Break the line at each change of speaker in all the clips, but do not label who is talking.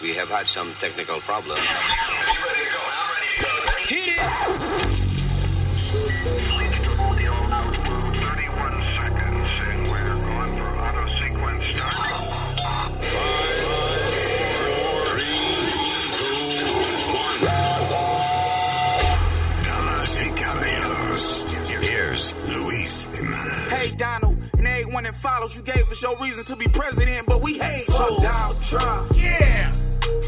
despite some technical problems.
Damas y caballeros, here's Luis Jimenez.
Hey Donald, and everyone that follows, you gave us your reason to be president, but we hate Fuck Donald Trump. Yeah.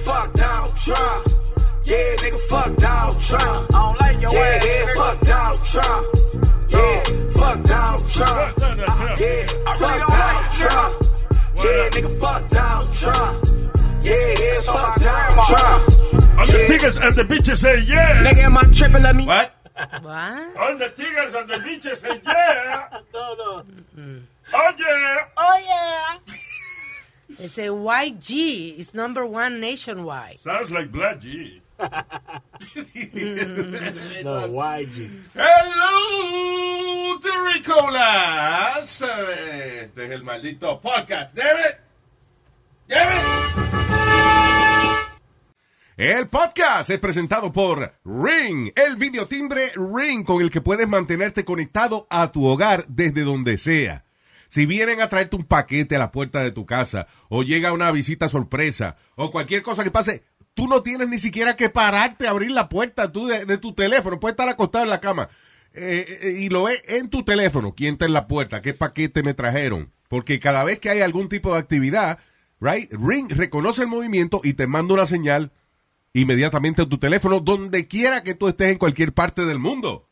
Fuck Donald Trump. Yeah, nigga, fuck Donald Trump. I don't like your yeah, ass. Yeah, fuck Donald Trump. Yeah, fuck Donald Trump. Uh-huh. Yeah, I really don't like Trump. Yeah, nigga, fuck Donald Trump. Yeah, yeah, fuck Donald Trump.
All the
Yeah.
tigers and the bitches say yeah.
Nigga, am I tripping? Let me.
What?
What?
All the tigers and the bitches say yeah.
No, no.
Oh yeah.
It's a YG. It's number one nationwide.
Sounds like Black G.
No, YG.
Hello, Terricolas. Eh, Este es el maldito podcast. Damn it. Damn it. El podcast es presentado por Ring, el videotimbre Ring con el que puedes mantenerte conectado a tu hogar desde donde sea. Si vienen a traerte un paquete a la puerta de tu casa, o llega una visita sorpresa, o cualquier cosa que pase, tú no tienes ni siquiera que pararte a abrir la puerta tú de, de tu teléfono. Puedes estar acostado en la cama eh, eh, y lo ves en tu teléfono. ¿Quién está en la puerta? ¿Qué paquete me trajeron? Porque cada vez que hay algún tipo de actividad, right, Ring reconoce el movimiento y te manda una señal inmediatamente a tu teléfono, donde quiera que tú estés en cualquier parte del mundo.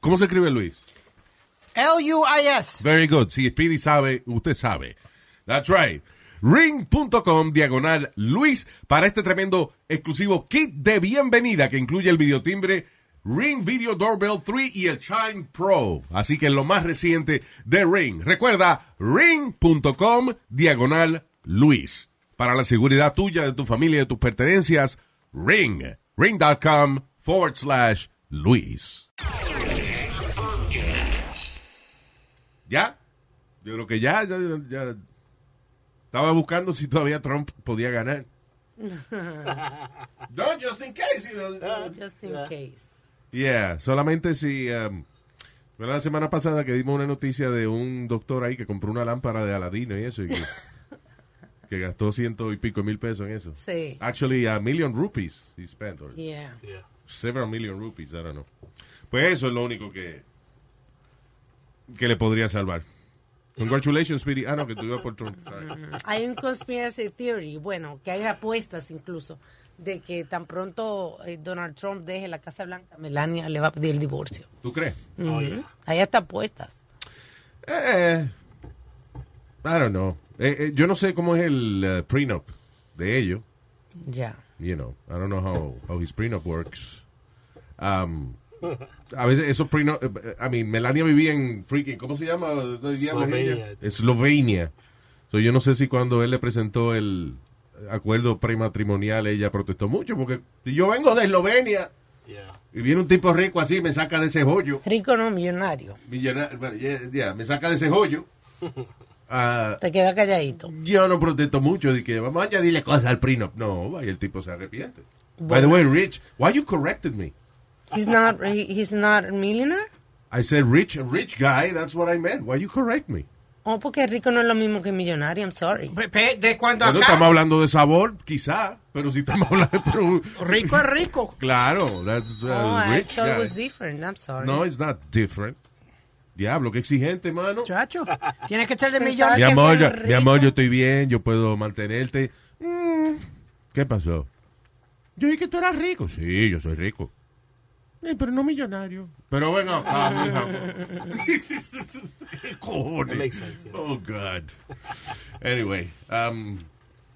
¿Cómo se escribe Luis?
L-U-I-S.
Very good. Si Speedy sabe, usted sabe. That's right. Ring.com diagonal Luis para este tremendo exclusivo kit de bienvenida que incluye el videotimbre Ring Video Doorbell 3 y el Chime Pro. Así que lo más reciente de Ring. Recuerda, ring.com diagonal Luis. Para la seguridad tuya, de tu familia, de tus pertenencias, Ring. Ring.com forward slash Luis. ¿Ya? Yo creo que ya, ya, ya- ya. Estaba buscando si todavía Trump podía ganar. no, just in case. you know.
Just in case.
Yeah, solamente si... um, fue la semana pasada que dimos una noticia de un doctor ahí que compró una lámpara de Aladino y eso, y que, que gastó ciento y pico mil pesos en eso.
Sí.
Actually, a million rupees he spent, or
Yeah.
several million rupees, I don't know. Pues eso es lo único que que le podría salvar. Congratulations, Speedy. Ah, no, que tú ibas por Trump. sorry.
Hay un conspiracy theory, bueno, que hay apuestas incluso, de que tan pronto eh, Donald Trump deje la Casa Blanca, Melania le va a pedir el divorcio. Mm-hmm.
¿Tú crees?
Hay hasta apuestas.
Eh, I don't know. Eh, eh, yo no sé cómo es el eh, prenup de ellos.
Ya.
You know, I don't know how, how his prenup works. Um, a veces esos prenup... eh, I mean, Melania vivía en freaking... ¿Cómo se llama? ¿Dónde vivíamos
Eslovenia.
ella? Eslovenia. So, yo no sé si cuando él le presentó el acuerdo prematrimonial ella protestó mucho porque si yo vengo de Eslovenia
Yeah.
y viene un tipo rico así y me saca de ese hoyo.
Rico no, millonario.
millonario, bueno, ya- ya, me saca de ese joyo. Ah,
Te queda calladito.
yo no protesto mucho de que vamos a añadirle cosas al prenup. No, vaya, el tipo se arrepiente. By the way, Rich, why you corrected me?
He's not, he- he's not a millionaire.
I said rich, a rich guy, that's what I meant. Why you correct me?
Oh, porque rico no es lo mismo que millonario, I'm sorry.
Pe- pe- De cuando
Bueno,
acá.
estamos hablando de sabor, quizá, pero si estamos hablando de... pero-
Rico es rico.
Claro, that's uh,
Oh, I
rich
thought it
guy.
was different, I'm sorry.
No, it's not different. Diablo, qué exigente, mano.
Chacho. Tienes que ser de millones.
Pensaba
Mi
que bien
amor, yo, mi
rico.
amor, yo estoy bien, yo puedo mantenerte. Mm, ¿Qué pasó? Yo dije que tú eras rico. Sí, yo soy rico. Eh, pero no millonario. Pero bueno, ah, mija. Cojones.
That makes sense, yeah.
Oh, God. Anyway, um,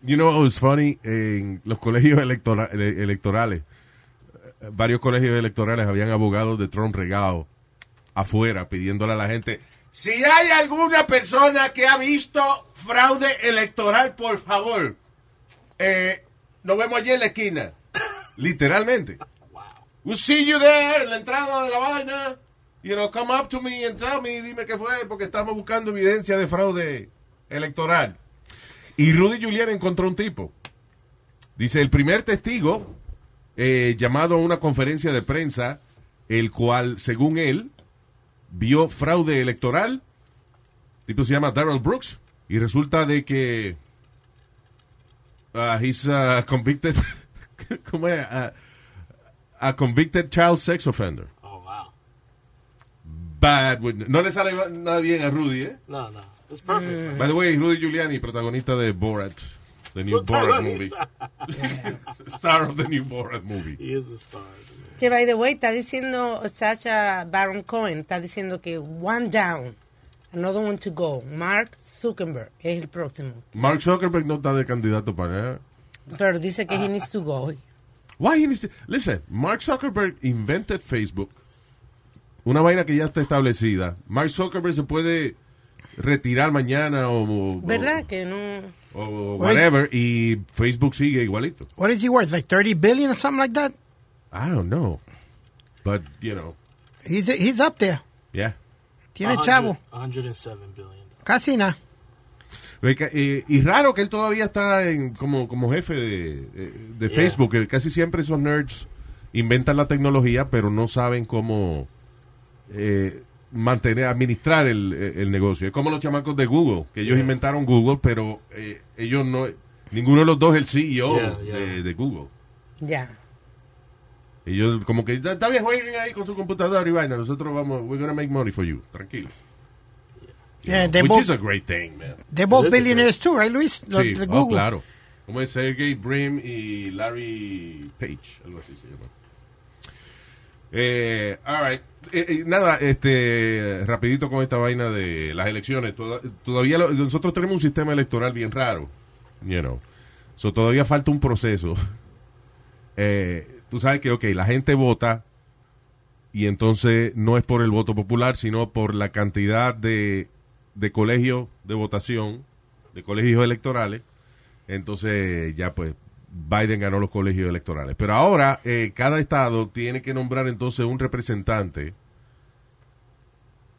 You know what was funny? En los colegios electora- ele- electorales, eh, varios colegios electorales habían abogados de Trump regados afuera pidiéndole a la gente, si hay alguna persona que ha visto fraude electoral, por favor, eh, nos vemos allí en la esquina. Literalmente. We'll see you there, en la entrada de la vaina. You know, come up to me and tell me, dime qué fue, porque estamos buscando evidencia de fraude electoral. Y Rudy Julián encontró un tipo. Dice, el primer testigo eh, llamado a una conferencia de prensa, el cual, según él, vio fraude electoral. El tipo se llama Daryl Brooks. Y resulta de que ah, he's ah, convicted, ¿cómo es? Ah, a convicted child sex offender.
Oh, wow.
Bad witness. No le sale nada bien a Rudy, ¿eh?
No, no. It's perfect. man.
By the way, Rudy Giuliani, protagonista de Borat, the new Borat movie. Star of the new Borat movie.
He is the star. man.
Que by the way, está diciendo Sacha Baron Cohen, está diciendo que one down, another one to go. Mark Zuckerberg es el próximo.
Mark Zuckerberg no está de candidato para nada.
Pero dice que he needs to go.
Why he needs to- Listen, Mark Zuckerberg invented Facebook. Una vaina que ya está establecida. Mark Zuckerberg se puede retirar mañana o, o-
¿Verdad? Que no.
o- o whatever y Facebook sigue igualito.
What is he worth? Like 30 billion or something like that?
I don't know. But, you know,
He's, he's up there.
yeah.
Ah,
Tiene
100
chavo.
107 billion.
Casi nada.
Ve que, eh, y raro que él todavía está en, como, como jefe de, eh, de
Yeah.
Facebook. que Casi siempre esos nerds inventan la tecnología, pero no saben cómo eh, mantener, administrar el, eh, el negocio. Es como los chamacos de Google, que ellos
Yeah.
inventaron Google, pero eh, ellos no, ninguno de los dos es el CEO
Yeah, yeah.
De, de Google.
Ya.
Ellos como que, "Está- está bien, jueguen ahí con su computadora y vaina, nosotros vamos, we're gonna make money for you, tranquilo.
Yeah, they
Which
both-
is a great thing, man.
They're both
It is a
billionaires too, right, Luis? Los
sí,
de
oh,
Google.
claro. Como es Sergey Brim y Larry Page, algo así se llama. Eh, all right. Eh, eh, nada, este, rapidito con esta vaina de las elecciones. Toda- todavía lo- nosotros tenemos un sistema electoral bien raro, you know. So, todavía falta un proceso. Eh, tú sabes que, ok, la gente vota y entonces no es por el voto popular, sino por la cantidad de, de colegios de votación, de colegios electorales. Entonces ya pues Biden ganó los colegios electorales. Pero ahora eh, cada estado tiene que nombrar entonces un representante,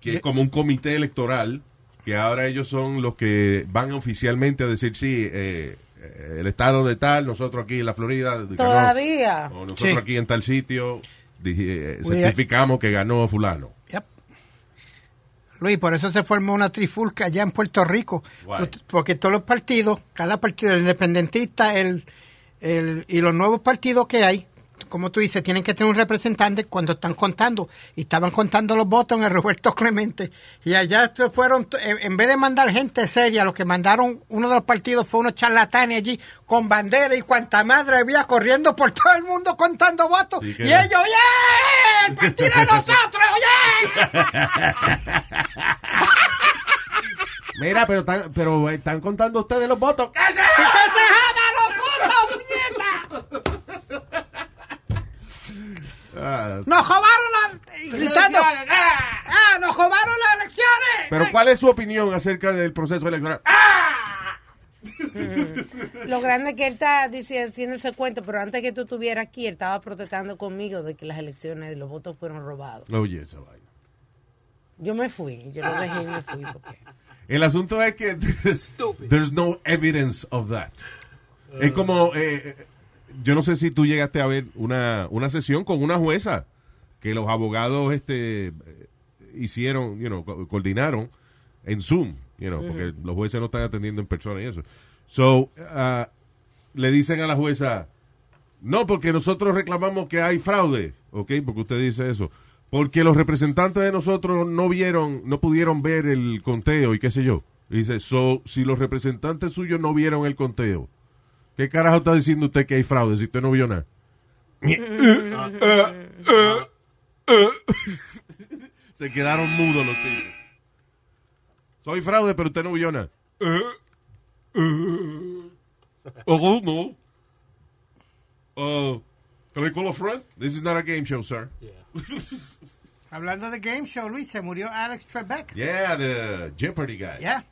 que es como un comité electoral, que ahora ellos son los que van oficialmente a decir, sí, eh, eh, el estado de tal, nosotros aquí en la Florida. ganó".
Todavía.
O nosotros
Sí.
aquí en tal sitio dije, eh,
Oye,
certificamos que ganó fulano.
Yep. Luis, por eso se formó una trifulca allá en Puerto Rico.
Why?
Porque todos los partidos, cada partido, el independentista el, el- y los nuevos partidos que hay, como tú dices, tienen que tener un representante cuando están contando. Y estaban contando los votos en el Roberto Clemente. Y allá se fueron, t- en en vez de mandar gente seria, lo que mandaron uno de los partidos fue unos charlatanes allí con bandera y cuanta madre había corriendo por todo el mundo contando votos.
Sí, que
y
no.
ellos, ¡yeah! ¡El partido de nosotros! ¡Yeah!
Mira, pero están, pero eh, están contando ustedes los votos. Ah.
¡Nos robaron la... y gritando! ¡Ah! ¡Nos robaron las elecciones!
Pero ¿cuál es su opinión acerca del proceso electoral?
Lo grande que él está diciendo, haciendo ese cuento, pero antes que tú estuvieras aquí, él estaba protestando conmigo de que las elecciones y los votos fueron robados.
Oye, esa vaina.
Yo me fui, yo lo dejé y me fui. Porque...
El asunto es que there's, there's no evidence of that. es como, eh, eh, yo no sé si tú llegaste a ver una, una sesión con una jueza que los abogados este, eh, hicieron, you know, co- coordinaron en Zoom, you know, porque los jueces no están atendiendo en persona y eso. So, ah, le dicen a la jueza, no, porque nosotros reclamamos que hay fraude, ¿ok? Porque usted dice eso. Porque los representantes de nosotros no vieron, no pudieron ver el conteo y qué sé yo. Y dice, so, si los representantes suyos no vieron el conteo, ¿qué carajo está diciendo usted que hay fraude si usted no vio nada? Se quedaron mudos los tíos. Soy fraude, pero usted no vio nada. Oh, no. Uh, can I call a friend? This is not a game show, sir.
Yeah.
Hablando de game show, Luis, se murió Alex Trebek.
Yeah, the Jeopardy guy.
Yeah.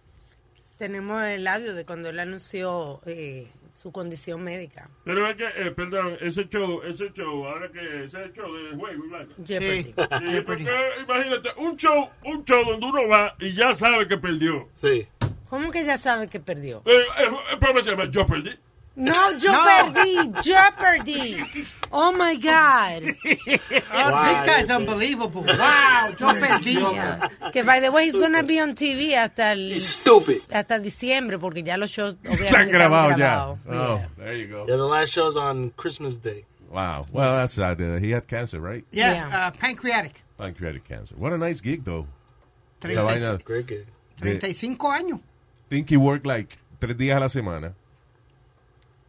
Tenemos el audio de cuando él anunció eh, su condición médica.
Pero es que, eh, perdón, ese show, ese show, ahora que ese show de juego y vaina.
Jeopardy.
Eh, porque, imagínate, un show, un show donde uno va y ya sabe que perdió.
Sí.
¿Cómo que ya sabe que perdió?
Eh, eh, el programa se llama Yo Perdí.
No, yo perdí. Jeopardy. Oh my God.
This guy's unbelievable. Wow, yo perdí.
Yeah. Que by the way, he's gonna be on TV hasta el,
Stupid.
hasta diciembre porque ya los shows obviamente,
Están grabados ya.
grabados.
Oh, there you go.
Yeah, the last show's on Christmas Day.
Wow. Well, that's sad. Uh, he had cancer, right?
Yeah,
Yeah.
uh, pancreatic.
Pancreatic cancer. What a nice gig, though. Esa
Treinta y-
vaina.
Great gig.
de-
35 años.
think he worked like tres días a la semana.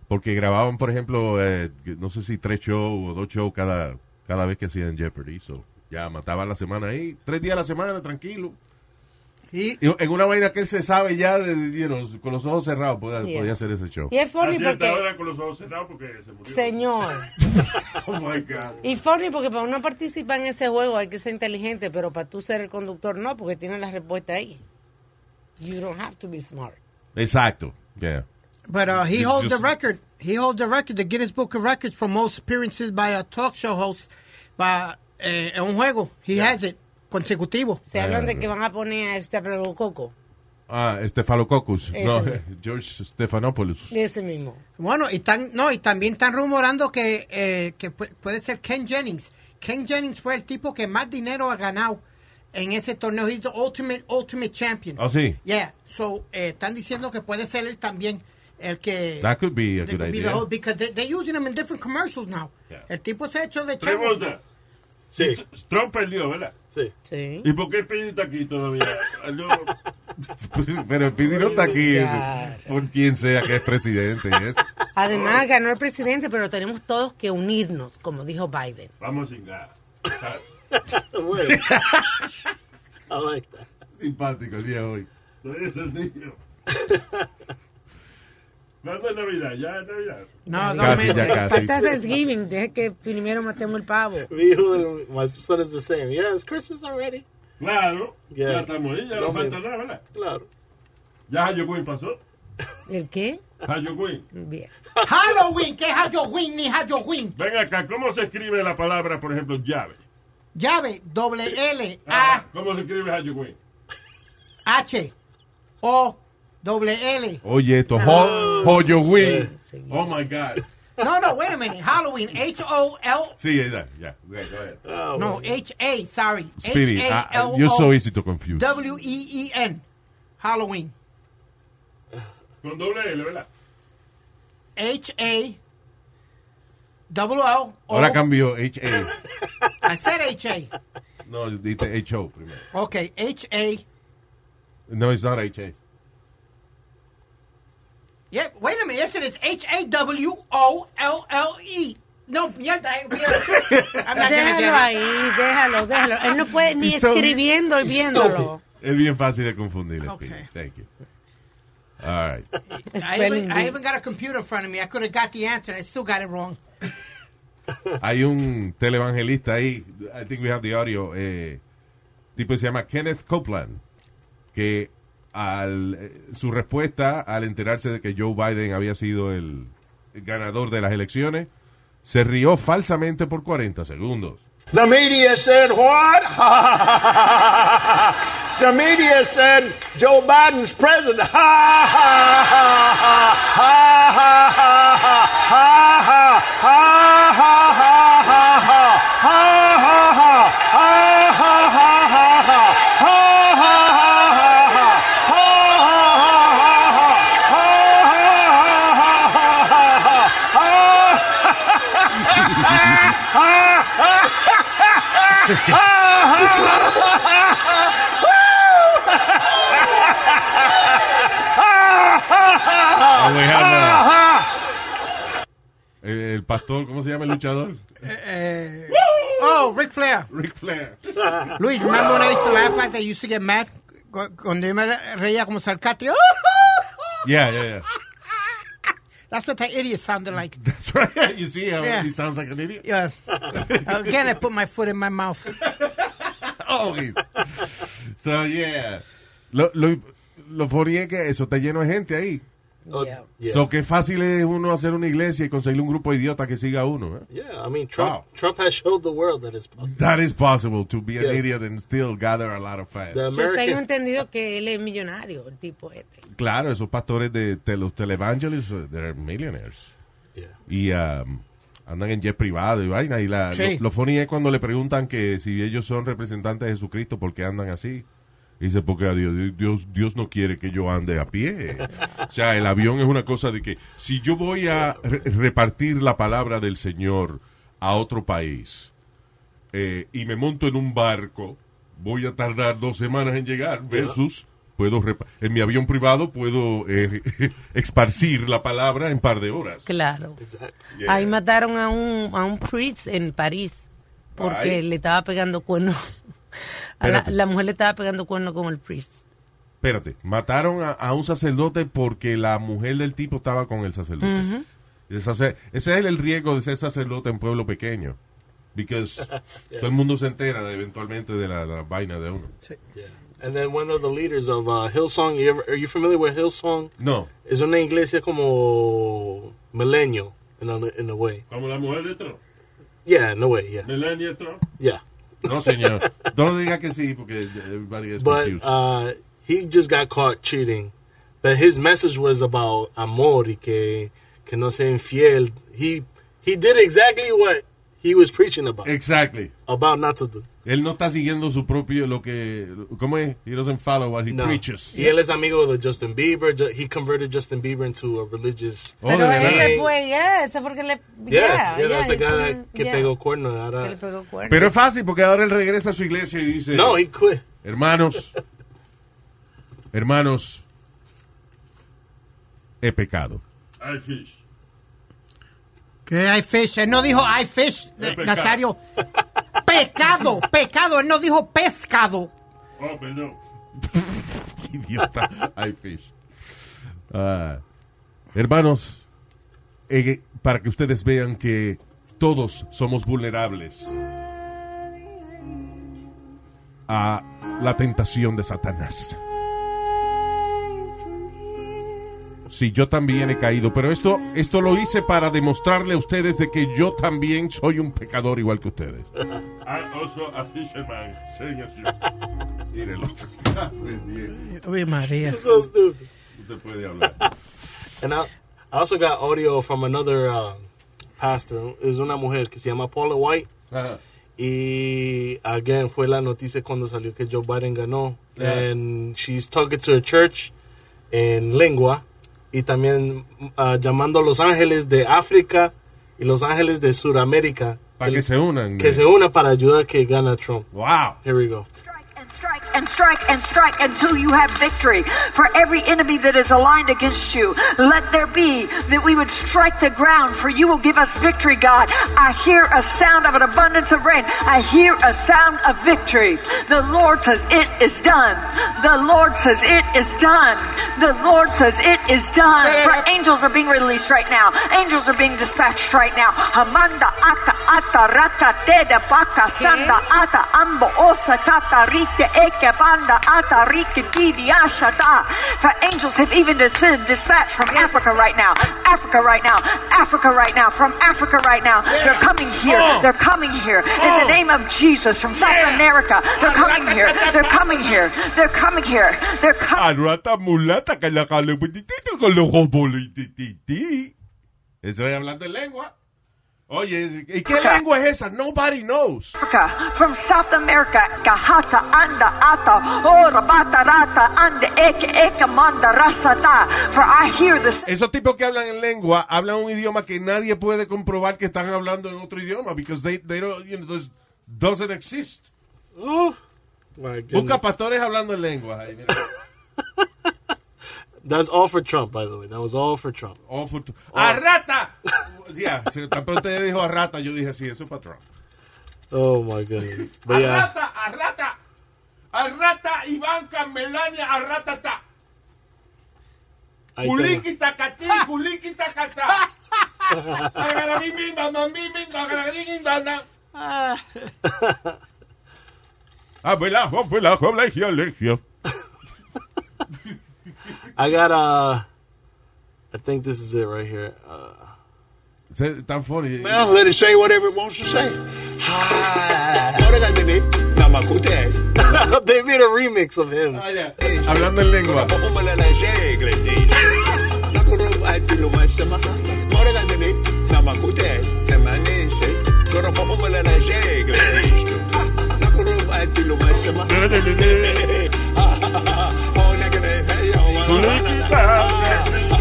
Porque grababan, por ejemplo, eh, no sé si tres shows o dos shows cada, cada vez que hacían Jeopardy. So, ya mataba la semana ahí. Tres días a la semana, tranquilo.
Y
Y en una vaina que él se sabe ya, de, you know, con los ojos cerrados, podía,
Yeah.
podía hacer ese show.
Y es funny
Así hasta
porque,
ahora con los ojos cerrados porque se murió.
señor.
Oh, my God.
Y funny porque para uno participar en ese juego hay que ser inteligente, pero para tú ser el conductor no, porque tienes la respuesta ahí. You don't have to be smart.
Exacto. Yeah.
but uh, he
It's
holds
just-
the record. He holds the record, the Guinness Book of Records for most appearances by a talk show host by, eh, en un juego. He has it consecutivo.
Se hablan de que van a poner a este coco.
Ah, Stefanococcus.
Ese
No,
mismo.
George Stephanopoulos.
Ese mismo.
Bueno, y tan, no, y también están rumorando que, eh, que pu- puede ser Ken Jennings. Ken Jennings fue el tipo que más dinero ha ganado en ese torneo. He's the ultimate, ultimate champion.
Oh, sí.
Yeah. So, eh, están diciendo que puede ser él también el que...
That could be a
that
good
could be
idea.
the whole- because they, they're using him in different commercials now.
Yeah.
El tipo se ha hecho de chavo.
Pregunta,
Sí.
Trump perdió, ¿verdad?
Sí.
Sí.
¿Y por qué Pidi está aquí todavía? Ah, Yo,
Pero Pidi no está aquí.
Claro.
Por quien sea que es presidente. es-
Además, ganó el presidente, pero tenemos todos que unirnos, como dijo Biden.
vamos a cingar.
Wait. I like that.
Simpático el día de hoy.
Todavía es el niño. No, no es Navidad, ya es Navidad.
No, dos
Casi, ya
meses.
casi.
Falta Thanksgiving, deje que primero matemos el pavo.
Me, and my son is the same. Yeah, it's Christmas already.
Claro,
Yeah.
ya estamos ahí, ya no,
No,
falta
mira.
nada, ¿verdad?
Claro.
Ya Hayo Queen pasó.
¿El qué?
Hayo Queen.
Bien.
Halloween, que es Halloween ni Halloween.
Ven acá, ¿cómo se escribe la palabra, por ejemplo, llave?
Llave, doble L, A,
Ah, ¿Cómo se escribe Hayo Queen?
H, O, doble L.
Oye, esto jo- joyo güey.
Sí.
Oh my God.
No, no, wait a minute. Halloween, H O L.
Sí, ya, ya. Go ahead, go ahead.
Oh,
No, H A. Sorry, H
Speedy,
A
I-
L
I- you're so
O
easy to confuse.
W E E N. Halloween.
Con doble L, ¿verdad?
H A. Double O.
Ahora
O.
cambió H-A.
I said H A.
No, diste H-O primero.
Okay, H A.
No, it's not H-A.
Yeah, wait a minute. Yes, it is H A W O L L E. No, yeah, I- yeah. I'm not gonna
Déjalo
get it.
ahí, déjalo, déjalo. Él no puede ni
He's so-
escribiendo, él viéndolo.
Es bien fácil de confundir,
Ok.
Speedy. Thank you. All right.
I
Spelling
even, I
bee.
even got a computer in front of me. I could have got the answer. I still got it wrong.
Hay un televangelista ahí, I think we have the audio, eh, tipo que se llama Kenneth Copeland, que al, eh, su respuesta al enterarse de que Joe Biden había sido el ganador de las elecciones, se rió falsamente por 40 segundos.
The media said what? the media said Joe Biden's president. Ha ha ha ha ha ha ha ha ha ha
And we have, uh, el, el pastor, ¿cómo se llama el luchador?
Oh, Ric Flair.
Ric Flair.
Luis, remember when I used to laugh like that? I used to get mad cu- cuando yo me reía como sarcástico.
Yeah, yeah, yeah.
That's what that idiot sounded like.
That's right. You see how
Yeah.
he sounds like an idiot?
Yeah. Again, I put my foot in my mouth.
Always. so, yeah. Lo, lo, lo funny es que eso está lleno de gente ahí.
Yeah.
Oh, yeah.
So, qué fácil es uno hacer una iglesia y conseguir un grupo de idiota que siga a uno. ¿eh?
yeah, I mean, Trump,
Wow.
Trump has showed the world that it's possible.
That is possible, to be an
Yes.
idiot and still gather a lot of fans.
The
Yo tengo
American,
entendido que él es millonario, el tipo este.
Claro, esos pastores de, de los televangelists, uh, they're millionaires.
yeah.
Y um, andan en jet privado y vaina. Y la,
Sí.
lo, lo funny es cuando le preguntan que si ellos son representantes de Jesucristo, ¿por qué andan así? Y dice, porque a Dios, Dios, Dios no quiere que yo ande a pie. O sea, el avión es una cosa de que si yo voy a re- repartir la palabra del Señor a otro país eh, y me monto en un barco, voy a tardar dos semanas en llegar versus... Puedo repa- en mi avión privado puedo eh, esparcir la palabra en par de horas.
Claro.
Exactly.
Yeah.
Ahí mataron a un, a un priest en París porque
Ay.
le estaba pegando cuernos. A la,
Espérate.
la mujer le estaba pegando cuernos con el priest.
Espérate, mataron a, a un sacerdote porque la mujer del tipo estaba con el sacerdote. El sacer- ese es el riesgo de ser sacerdote en pueblo pequeño. Because todo el mundo se entera eventualmente de la, la vaina de uno.
Yeah. And then one of the leaders of uh, Hillsong, you ever, are you familiar with Hillsong?
No.
Es una iglesia como millennial in a, in a way.
Como la mujer de Trump.
Yeah, in a way, yeah.
Melania Trump.
Yeah.
No, señor. no diga que sí porque everybody is
But
confused.
uh, he just got caught cheating. But his message was about amor y que, que no sea infiel. He, he did exactly what he was preaching about,
exactly.
about not to do.
Él no está siguiendo su propio lo que ¿Cómo es? He doesn't follow what he
No.
preaches.
Y él es amigo de Justin Bieber. Ju- He converted Justin Bieber into a religious...
Oh, de
Pero
verdad.
ese fue, yeah, ese fue el que le.
Yeah,
yeah,
yeah,
yeah,
that's the guy
ese-
that, que
yeah,
pegó cuerno. ahora-
que le pegó cuernos.
Pero es fácil porque ahora él regresa a su iglesia y dice,
No, he quit.
hermanos, hermanos, he pecado.
I fish.
Que hay fish. Él no dijo hay fish, de-
Pecado.
Nazario. Pecado, pecado. Él no dijo pescado.
Oh, perdón.
Idiota. I fish. Ah, hermanos, eh, para que ustedes vean que todos somos vulnerables a la tentación de Satanás. Si yo también he caído, pero esto, esto lo hice para demostrarle a ustedes de que yo también soy un pecador igual que ustedes.
I also a fisherman. Serious.
Mírelo.
Uy, María.
So stupid.
Usted puede hablar.
And I, I also got audio from another um, pastor. Es una mujer que se llama Paula White.
Ajá.
Y again fue la noticia cuando salió que Joe Biden ganó. And she's talking to a church en lengua. Y también uh, llamando a Los Ángeles de África y Los Ángeles de Sudamérica.
Para que se unan.
que se una para ayudar que gana Trump.
Wow.
Here we go.
Strike and strike and strike and strike until you have victory. For every enemy that is aligned against you, let there be that we would strike the ground, for you will give us victory, God. I hear a sound of an abundance of rain. I hear a sound of victory. The Lord says it is done. The Lord says it is done. The Lord says it is done. For angels are being released right now. Angels are being dispatched right now. Hamanda ata ata raka teda baka sanda ata ambo osa kata rite eke banda ata rike didi ashata. For angels have even dis- been dispatched from Africa right now. Africa right now. Africa right now. From Africa right now. They're coming here. They're coming here. In the name of Jesus from South America. They're coming here. They're coming here. They're coming here. They're coming.
Arata mulata que la jale putitito con los jobolitititi. Estoy hablando en lengua. Oye, ¿y qué lengua es esa? Nobody knows.
Africa, from South America, Kahata, Anda, Ata, Ora, Bata, Rata, Anda, Eke, Eke, Manda, Rasata. For I hear the
Esos tipos que hablan en lengua hablan un idioma que nadie puede comprobar que están hablando en otro idioma because they, they don't, you know, those- doesn't exist.
Oh, my goodness.
Busca pastores hablando en lengua. Ay, mira.
That's all for Trump, by the way. That was all for Trump.
Awful to- ¡A rata! Ya, si tan pronto ella dijo a rata, yo dije, sí, eso es para Trump.
Oh my goodness.
A
But yeah,
rata, a rata. A rata, Iván Melania, a ratata.
Ahí tengo.
Culiqui tacatí, culiqui tacatá. Tagarabí, bim, bam, bam, bim, bim, tagarabí, bim, bam, bam.
Abuela, abuela, colegio, colegio.
I got uh, I think this is it right here. Uh,
Se- Tan funny.
Well, let it say whatever it wants to say. Hi. Ahora que te vi, namakute.
they made a remix of him.
Hablando en lengua.
Umala na siya eh, Glenn Days. Nakurub ay tilumas sa maka. Ahora que te vi, namakute. Kamanis eh. Pero po umala na siya eh, Glenn Days. Nakurub ay tilumas sa maka. Oh, nagane, hey, oh, wala, wala, wala.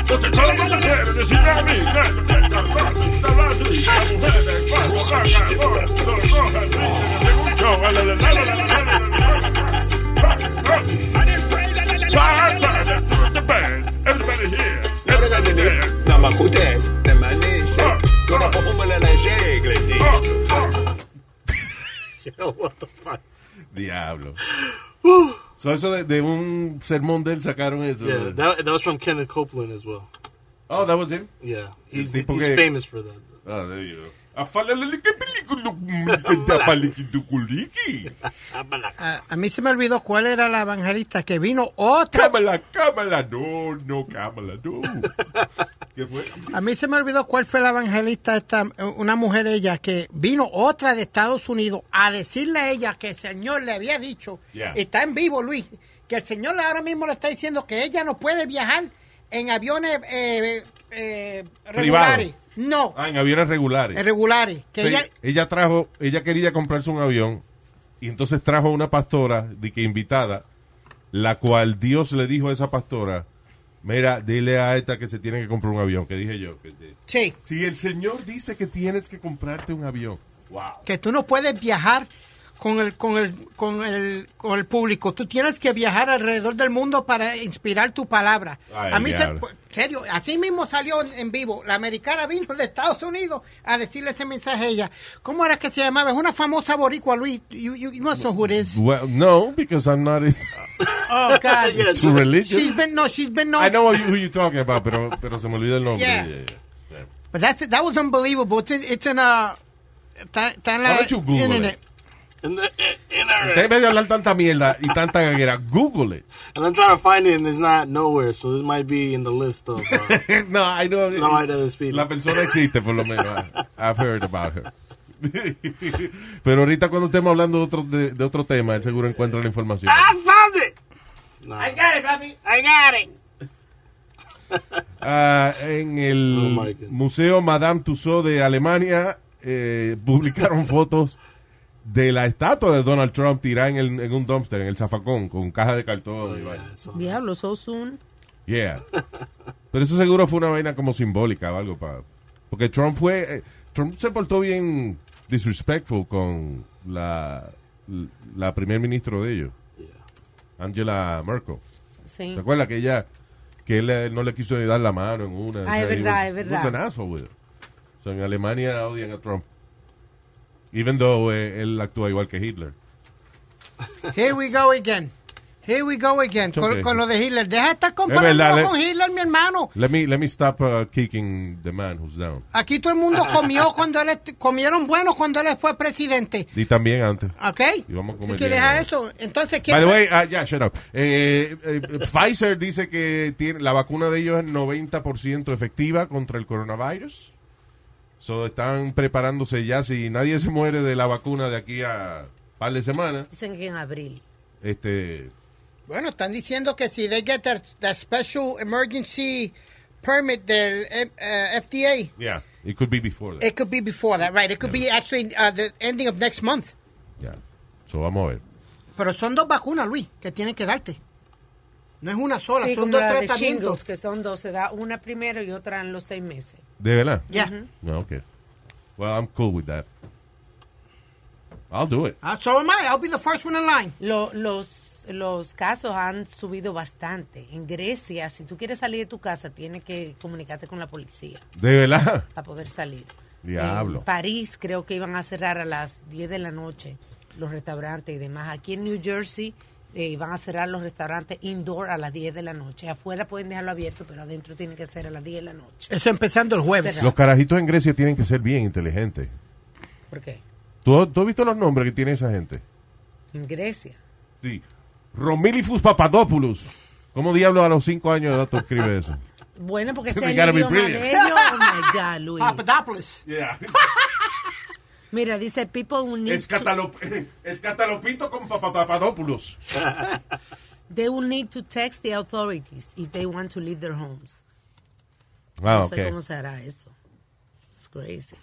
Entonces, todo el mundo quiere decirme a mí. Everybody here.
Ahora que te vi, namakute. Kamanis eh. Pero po umala na siya eh, Glenn Days.
Yo, what the fuck?
Diablo. So, eso de, de un sermón de él sacaron eso.
Yeah, that, that was from Kenneth Copeland as well.
oh, that was him.
Yeah, he's,
Sí,
he's
porque-
famous for that.
Oh, there you go. A falalele que película, que te apaliquito culiqui.
A, a mí se me olvidó cuál era la evangelista que vino otra.
Cámala, cámala, no, no, cámala, no. ¿Qué fue?
A mí se me olvidó cuál fue la evangelista esta, una mujer ella que vino otra de Estados Unidos a decirle a ella que el Señor le había dicho,
Yeah.
está en vivo Luis, que el Señor le- ahora mismo le está diciendo que ella no puede viajar en aviones eh, eh, regulares. No,
Ah, en aviones regulares.
eh, regulares. Que
Sí,
ella,
ella trajo, ella quería comprarse un avión y entonces trajo una pastora de que invitada, la cual Dios le dijo a esa pastora, mira, dile a esta que se tiene que comprar un avión, que dije yo. que te-
sí,
si el Señor dice que tienes que comprarte un avión, wow.
que tú no puedes viajar con el, con el, con el, con el público. Tú tienes que viajar alrededor del mundo para inspirar tu palabra.
Ay,
a mí, se,
diablo.
serio, así mismo salió en, en vivo. La americana vino de Estados Unidos a decirle ese mensaje a ella. ¿Cómo era que se llamaba? Es una famosa boricua, Luis. You, you, you must know who it is.
Well, no, because I'm not in-
Oh, God.
too religious.
She's been, no, she's been known.
I know who you're talking about, pero, pero se me olvida el nombre.
Yeah.
Yeah, yeah.
But that's, that was unbelievable. It's in, it's in a... Está, está en
Why
la
don't you Google
internet.
it?
In the, in our,
Usted en vez de hablar tanta mierda y tanta gaguera, Google it.
and I'm trying to find it, and it's not nowhere. So this might be in the list of. Uh,
no, I know.
No, I know the speed.
La persona existe, por lo menos. I've heard about her. Pero ahorita cuando estemos hablando de otro, de, de otro tema, él seguro encuentra la información.
Ah. nah.
Ah, en el
Oh, my God.
Museo Madame Tussauds de Alemania eh, publicaron fotos de la estatua de Donald Trump tirada en, el- en un dumpster, en el zafacón, con caja de cartón. y vaina.
Yeah, so-
Diablo, so soon.
Yeah. Pero eso seguro fue una vaina como simbólica o algo para. Porque Trump fue. eh, Trump se portó bien disrespectful con la, la primer ministro de ellos, Angela Merkel.
Sí.
¿Te acuerdas que ella. que él eh, no le quiso ni dar la mano en una?
Ah, es
he
verdad,
was-
es
he was
verdad.
an asshole with her. So, en Alemania odian a Trump. Even though eh, él actúa igual que Hitler.
Here we go again. Here we go again. Con,
okay.
con lo de Hitler. Deja de estar
Es verdad,
comparándolo con
le-
Hitler, mi hermano.
Let me, let me stop uh, kicking the man who's down.
Aquí todo el mundo comió cuando él est- comieron bueno cuando él fue presidente.
Y también antes.
¿Ok?
Y vamos a comer
Así que
bien,
deja
¿no?
eso. Entonces, ¿quién
By the way, ah, ya, shut up. Eh, eh, eh, Pfizer dice que tiene, la vacuna de ellos es 90% efectiva contra el coronavirus. So, están preparándose ya. Si nadie se muere de la vacuna de aquí a par de semanas,
Dicen que en abril.
este,
Bueno, están diciendo que si they get that, that special emergency permit del eh, eh, FDA,
yeah, it could be before that.
it could be before that, right? It could be actually uh, the ending of next month.
Yeah. So, vamos a ver.
Pero son dos vacunas, Luis, que tienen que darte. No es una sola,
Sí,
Ah, son
como
dos
la de
tratamientos.
shingles, que son dos. Se da una primero y otra en los seis meses.
¿De verdad?
Ya.
No, okay. Well, I'm cool with that. I'll do it.
Ah, so am I. I'll be the first one in line.
Lo- los los casos han subido bastante. En Grecia, si tú quieres salir de tu casa, tienes que comunicarte con la policía.
¿De verdad?
Para poder salir.
Diablo.
En París creo que iban a cerrar a las 10 de la noche los restaurantes y demás. Aquí en New Jersey eh, van a cerrar los restaurantes indoor a las 10 de la noche. Afuera pueden dejarlo abierto, pero adentro tiene que ser a las 10 de la noche.
Eso empezando el jueves.
Los carajitos en Grecia tienen que ser bien inteligentes.
¿Por qué?
¿Tú, tú has visto los nombres que tiene esa gente?
En Grecia.
Sí. Romilifus Papadopoulos. ¿Cómo diablo a los cinco años de edad tú escribes eso?
Bueno, porque ese
They
es el
gotta be
idioma
brilliant.
de ellos. Oh my God, Luis.
Ah, Papadopoulos.
Mira, dice people who need to-
Escatalopito con Papadopoulos.
they will need to text the authorities if they want to leave their homes.
Ah,
no
ok.
sé cómo se hará eso. It's crazy.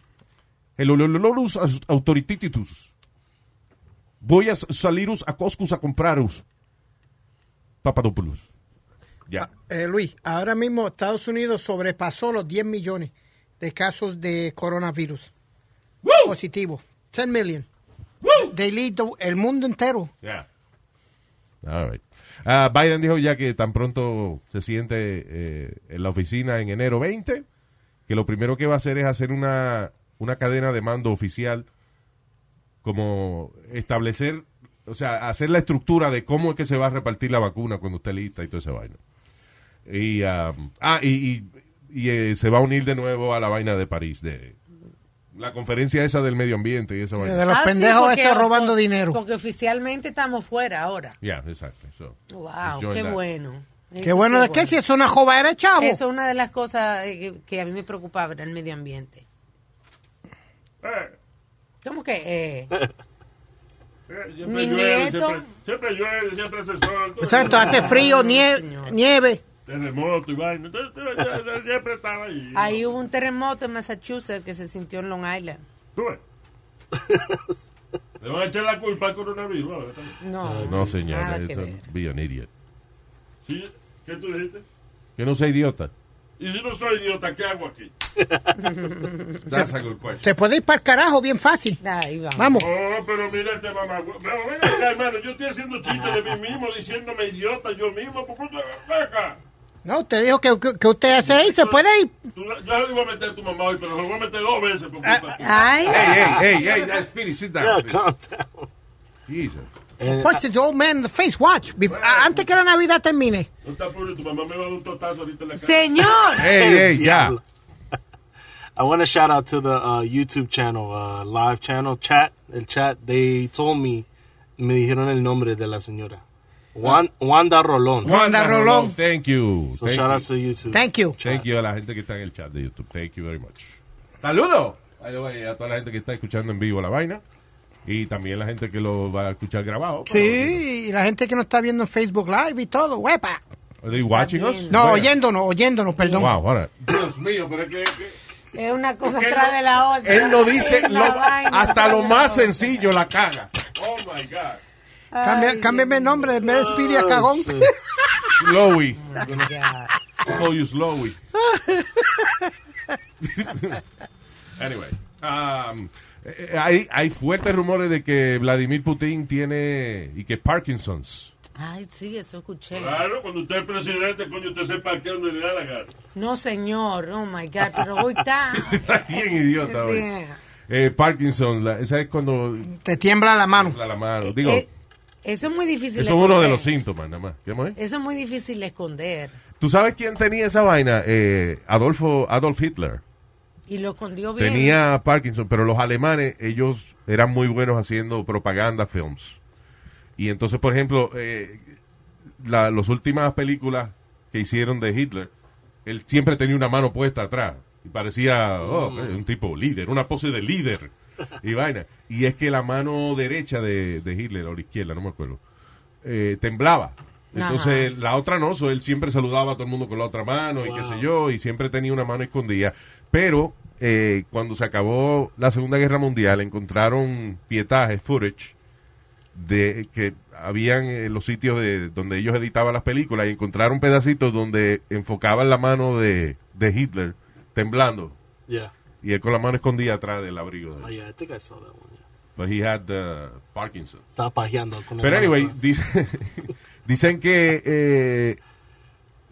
El ololololus as- autoritititus. Voy a s- saliros a Coscus a compraros. Papadopoulos. Ya.
Ah,
Eh, Luis, ahora mismo Estados Unidos sobrepasó los 10 millones de casos de coronavirus positivo. 10 million. They lead the- el mundo entero.
All right. Ah, Biden dijo ya que tan pronto se siente eh, en la oficina en enero 20, que lo primero que va a hacer es hacer una, una cadena de mando oficial, como establecer, o sea, hacer la estructura de cómo es que se va a repartir la vacuna cuando esté lista y todo ese vaina. Y, ah, ah, y, y- y, eh, se va a unir de nuevo a la vaina de París, de la conferencia esa del medio ambiente y esa vaina.
Ah,
De los pendejos estos robando dinero.
Porque oficialmente estamos fuera ahora.
Yeah, exacto. So,
Wow,
enjoy
qué
that.
bueno.
Qué bueno, ¿de qué? Si es una jodera, chavo.
Eso es una de las cosas eh, que, que a mí me preocupaba, era el medio ambiente. ¿Cómo que? eh?
Eh,
Mi
Siempre llueve,
nieto.
siempre, siempre llueve, siempre hace sol. todo
Exacto,
el-
hace frío, nie- nieve.
Terremoto y vaina. Entonces, eh, eh, Siempre estaba ahí.
Ahí hubo un terremoto en Massachusetts que se sintió en Long Island.
Tú ves. Le van a echar la culpa al coronavirus. ahora también.
Ah,
No,
Pues No, señor.
nada que
it's a-
ver.
be an idiot.
Sí, ¿Qué tú dijiste?
Yo no soy idiota.
Y si no soy idiota, ¿qué hago aquí?
That's a good question.
Se puede ir para el carajo bien fácil. Vamos.
Oh, pero mira este mamá. No, ven acá, hermano. Yo estoy haciendo chistes de mí mismo, diciéndome idiota yo mismo. ¿Por qué tú ven acá?
No, usted dijo que, que- que usted hace ahí, se puede ir.
Tú la- yo le voy a meter a tu mamá hoy, pero le voy a meter dos veces por
Ah,
culpa.
ay.
Hey, hey, hey, hey, that's Speedy, sit down.
Yeah,
calm down. Jesus.
Punch the old man in the face, watch. Bef- a- antes que la Navidad termine.
No está puro, tu mamá me va a dar un totazo ahorita en la cara.
Señor.
Hey, hey, ya.
I want to shout out to the uh, YouTube channel, uh, live channel, chat, el chat. They told me, me dijeron el nombre de la señora.
Ah.
Juan, Wanda Rolón.
Thank you.
So
Thank
shout
you.
out to you too.
Thank you.
Thank you a la gente que está en el chat de YouTube. Thank you very much. Saludo. By the way, a toda la gente que está escuchando en vivo la vaina. Y también la gente que lo va a escuchar grabado. pero-
Sí, y la gente que nos está viendo en Facebook Live y todo, huepa.
Are they watching us?
No,
Bueno.
oyéndonos, oyéndonos, perdón.
Wow, all right.
Dios mío, pero es que- es que...
Es una cosa atrás de la otra.
Él lo dice
Es la
lo-
vaina.
hasta lo más sencillo, la caga. Oh my God.
Cambia- cámbiame el nombre, en vez de Speedy a Cagón.
Slowy. call you Slowy. anyway. um, eh, eh, hay, hay fuertes rumores de que Vladimir Putin tiene y que Parkinson's.
Ay, sí, eso escuché.
Claro, cuando usted es presidente, coño, usted se parquea donde le da la gana.
No, señor. Oh, my God. Pero hoy está.
Está bien idiota hoy. Eh, Parkinson, la- esa es cuando
Te tiembla la mano.
la, la mano. Digo,
Eh, eso es muy difícil
eso es uno de los
esconder.
síntomas, nada más. ¿Qué más es?
Eso es muy difícil de esconder.
¿Tú sabes quién tenía esa vaina? Eh, Adolfo Adolf Hitler.
Y lo escondió bien.
Tenía Parkinson, pero los alemanes, ellos eran muy buenos haciendo propaganda films. Y entonces, por ejemplo, eh, la- las últimas películas que hicieron de Hitler, él siempre tenía una mano puesta atrás. Y parecía oh, eh, un tipo líder, una pose de líder. Y vaina. Y es que la mano derecha de, de Hitler, o la izquierda, no me acuerdo, eh, temblaba. Entonces, la otra no, so él siempre saludaba a todo el mundo con la otra mano y qué sé yo, y siempre tenía una mano escondida. Pero eh, cuando se acabó la Segunda Guerra Mundial, encontraron pietajes, footage, de que habían en los sitios de donde ellos editaban las películas y encontraron pedacitos donde enfocaban la mano de, de Hitler temblando
Yeah.
y él con la mano escondida atrás del abrigo. de él.
Oh, yeah, I think I saw that one. yeah.
But he had uh, Parkinson.
Está pajeando con el
Pero
mano
anyway,
atrás.
dice- dicen que eh,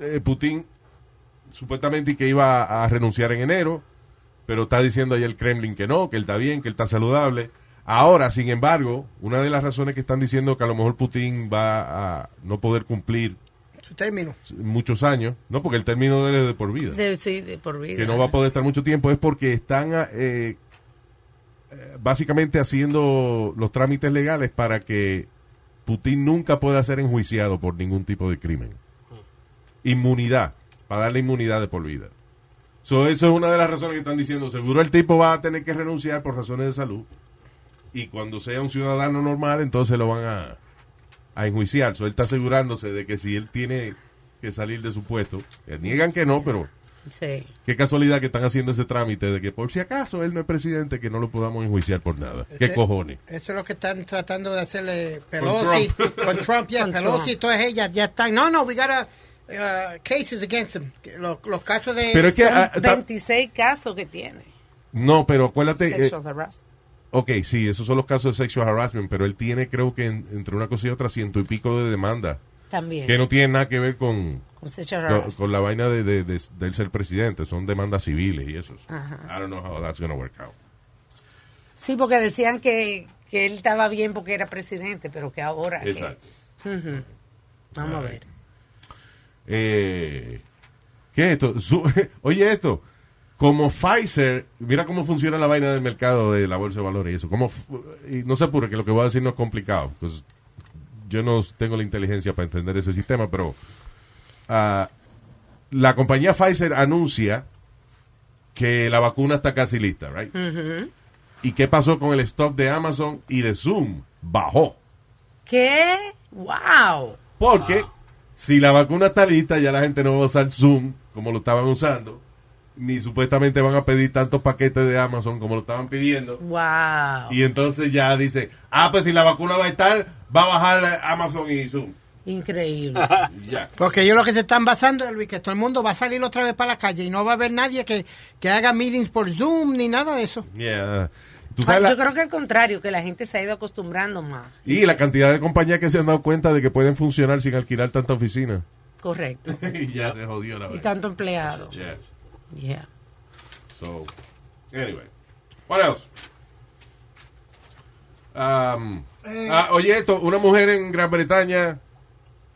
eh, Putin supuestamente que iba a renunciar en enero, pero está diciendo ahí el Kremlin que no, que él está bien, que él está saludable. Ahora, sin embargo, una de las razones que están diciendo que a lo mejor Putin va a no poder cumplir
Su término.
muchos años, no porque el término de él es de por vida
De- sí, de por vida.
que no va a poder estar mucho tiempo es porque están ah, eh, eh, básicamente haciendo los trámites legales para que Putin nunca pueda ser enjuiciado por ningún tipo de crimen. Inmunidad, para darle inmunidad de por vida. So, eso es una de las razones que están diciendo. Seguro el tipo va a tener que renunciar por razones de salud. Y cuando sea un ciudadano normal, entonces lo van a, a enjuiciar. So, él está asegurándose de que si él tiene que salir de su puesto, eh, niegan que no, pero
Sí.
Qué casualidad que están haciendo ese trámite de que por si acaso él no es presidente, que no lo podamos enjuiciar por nada. ¿Qué
Ese- Eh,
cojones?
Eso es lo que están tratando de hacerle Pelosi. Con Trump, yeah,
Con
Pelosi y
Trump.
todas ellas ya están. No, no, we got a, uh, cases against him. Que Los, los casos de.
Pero es que,
son-
ah, ta-
26 casos que tiene.
No, pero acuérdate. eh,
Sexual harassment.
ok, sí, esos son los casos de sexual harassment, pero él tiene, creo que en- entre una cosa y otra, ciento y pico de demandas
También.
que no tienen nada que ver con,
Con sexual
con,
harassment.
con la vaina de, de, de- de él ser presidente. Son demandas civiles y eso.
Ajá.
I don't know how that's gonna work out.
Sí, porque decían que, que él estaba bien porque era presidente, pero que ahora. que-
Exacto.
Ujú. Vamos a
Ay.
ver.
Eh, ¿Qué es esto? Su- Oye, esto. Como Pfizer, mira cómo funciona la vaina del mercado de la bolsa de valores y eso. Como, f- y no se apure, que lo que voy a decir no es complicado. pues, yo no tengo la inteligencia para entender ese sistema, pero ah, la compañía Pfizer anuncia que la vacuna está casi lista, ¿right?
Ujú.
¿Y qué pasó con el stock de Amazon y de Zoom? Bajó.
¿Qué? ¡Wow!
Porque si la vacuna está lista, ya la gente no va a usar Zoom como lo estaban usando, ni supuestamente van a pedir tantos paquetes de Amazon como lo estaban pidiendo.
¡Wow!
Y entonces ya dice, ah, pues si la vacuna va a estar, va a bajar eh, Amazon y Zoom.
Increíble.
Y ya.
Porque ellos lo que se están basando es, Luis, que todo el mundo va a salir otra vez para la calle y no va a haber nadie que, que haga meetings por Zoom ni nada de eso.
Yeah.
Ay,
Tú sabes la-
Yo creo que al contrario, que la gente se ha ido acostumbrando más.
y la cantidad de compañías que se han dado cuenta de que pueden funcionar sin alquilar tanta oficina.
Correcto.
y ya se jodió
Y
la vaina.
tanto empleado.
Yeah.
Yeah.
So, anyway. What else? Um, ah, oye, esto, una mujer en Gran Bretaña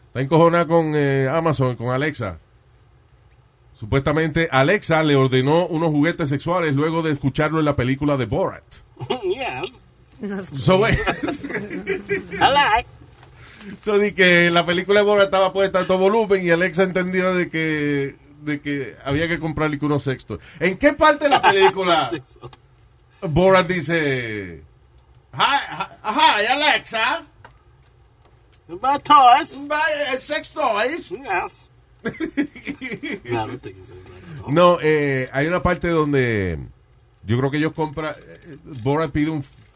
está encojonada con eh, Amazon, con Alexa. Supuestamente Alexa le ordenó unos juguetes sexuales luego de escucharlo en la película de Borat.
Mm, yes.
So, eh,
I like.
so di que la película de Borat estaba puesta a todo volumen y Alexa entendió de que de que había que comprarle que unos sextos. ¿En qué parte de la película Borat dice Hi, hi, Alexa,
My toys.
buy sex toys.
Yes. no, I don't think it's like that.
No, eh, hay una parte donde yo creo que ellos compran. eh, Borat pide un
Ah,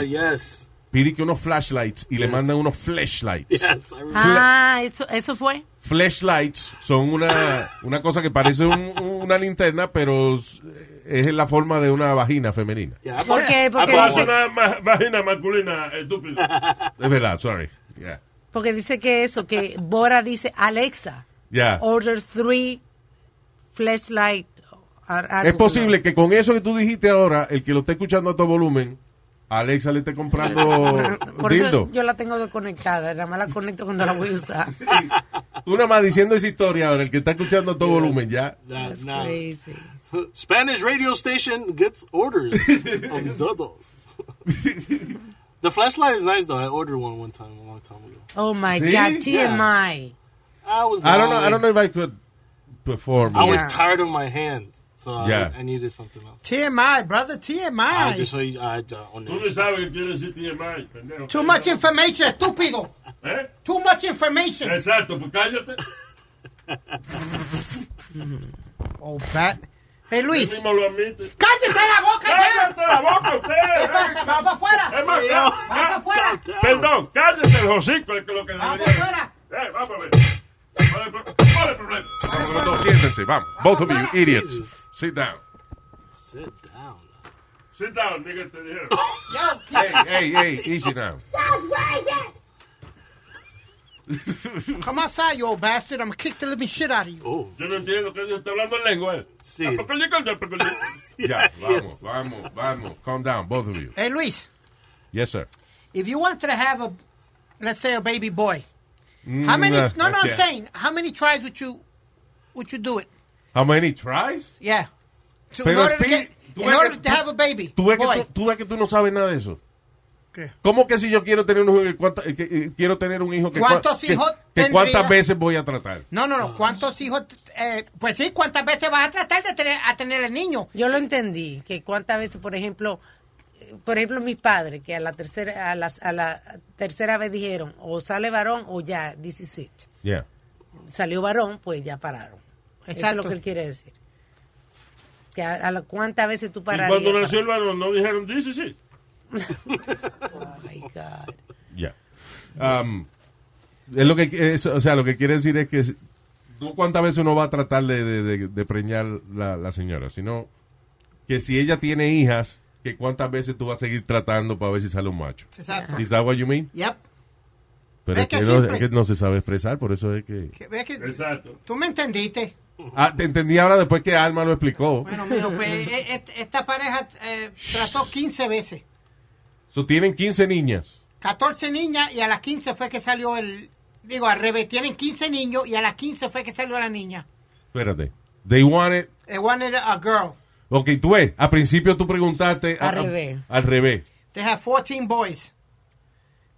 flashlight.
yes.
Pide que unos flashlights y le mandan unos flashlights.
Yes, I remember.
Ah, eso, eso fue.
Flashlights son una, una cosa que parece un- una linterna, pero es en la forma de una vagina femenina.
Yeah, I bought-
Porque, porque,
Ah,
dice,
una ma- vagina masculina, estúpido.
Es verdad, sorry. Yeah.
porque dice que eso, que Bora dice, Alexa,
Yeah.
order three flashlight. ar- algo
Es posible que con eso que tú dijiste ahora, el que lo esté escuchando a todo volumen, Alexa le esté comprando
Por
dildo.
eso yo la tengo desconectada, nada más la conecto cuando la voy a usar.
Tú nada más diciendo esa historia ahora, el que está escuchando a todo volumen ya.
That,
That's
now,
crazy.
Spanish radio station gets orders of dodos. the flashlight is nice though. I ordered one one time a long time ago.
Oh my
¿Sí?
God, TMI.
I was.
I don't know,
lonely.
I don't know if I could perform.
I was
Yeah.
tired of my hand, so
Yeah.
I, I needed something else.
TMI, brother, TMI.
Ah,
I just so you, I, uh, on
Tú no
the,
sabes qué quiere decir TMI, pendejo.
Too much information, estúpido.
¿Eh?
Too much information.
Exacto, pues cállate.
Oh, Pat. Hey,
Tú
Luis.
mismo lo admite.
¡Cállese la boca ya!
¡Cállate la boca
¿Qué
usted!
pasa? ¡Va para
Es
afuera!
más,
Yeah.
ya-
¡Va para afuera!
Perdón, cállate el hocico, es que lo que
¡Va
debería.
para afuera!
Eh, vamos a ver. ¿Cuál es el pro- cuál es el problema?
Vamos, los dos, siéntense, vamos. Both of you idiots.
Jesus.
Sit down.
sit down.
Sit down, nigga, te dijeron.
Hey, hey, easy now.
Come outside, you old bastard. I'm gonna kick the living shit out of you.
Yo no entiendo que Dios está hablando en lengua. eh. Ah, él.
Sí.
Ya, vamos, vamos, vamos. Calm down, both of you.
Hey, Luis,
Yes, sir.
if you wanted to have a, let's say, a baby boy,
Mm,
how many?
nah,
No, no,
I
I'm
can't.
saying, how many tries would you, would you do it?
How many tries?
Yeah. To, in
Pero,
order, to,
Speedy,
get-
tú
in
ves
order
que-
to have a baby
Tú ves, que
boy.
tú, tú ves que tú no sabes nada de eso.
¿Qué?
¿Cómo que si yo quiero tener un hijo, cuánta- eh, que, eh, quiero tener un hijo que, cua-
¿Cuántos
que-
hijos
que
tendría?
cuántas veces voy a tratar?
No, no, no. ¿Cuántos hijos? eh, pues sí, ¿cuántas veces vas a tratar de tener, a tener el niño?
Yo lo entendí, que cuántas veces, por ejemplo, eh, por ejemplo, mis padres, que a la tercera, a las- a la tercera vez dijeron, o sale varón o ya, this is it.
Yeah.
Salió varón, pues ya pararon. Eso es
Exacto.
lo que él quiere decir. Que a, a la- cuántas veces tú
Y
pararías.
cuando
para-
nació el varón, no dijeron, dice sí.
Oh, my God.
Yeah. Um, es lo que, es- o sea, lo que quiere decir es que si- no cuántas veces uno va a tratar de, de- de- de preñar la, la señora, sino que si ella tiene hijas, que cuántas veces tú vas a seguir tratando para ver si sale un macho.
Exacto.
Is that what you mean?
Yep.
Pero
Es
es que,
que
no,
siempre-
es que no se sabe expresar, por eso es que...
Que- ve que-
Exacto.
tú me entendiste.
Ah, te entendí ahora después que Alma lo explicó.
Bueno, mijo, pues, e- e- esta pareja eh, trató 15 veces.
So, tienen 15 niñas.
14 niñas y a las 15 fue que salió el... Digo, al revés, tienen 15 niños y a las 15 fue que salió la niña.
Espérate. They wanted...
They wanted a girl.
Ok, tú ves, al principio tú preguntaste...
Al
a- a-
revés.
Al revés.
They have 14 boys.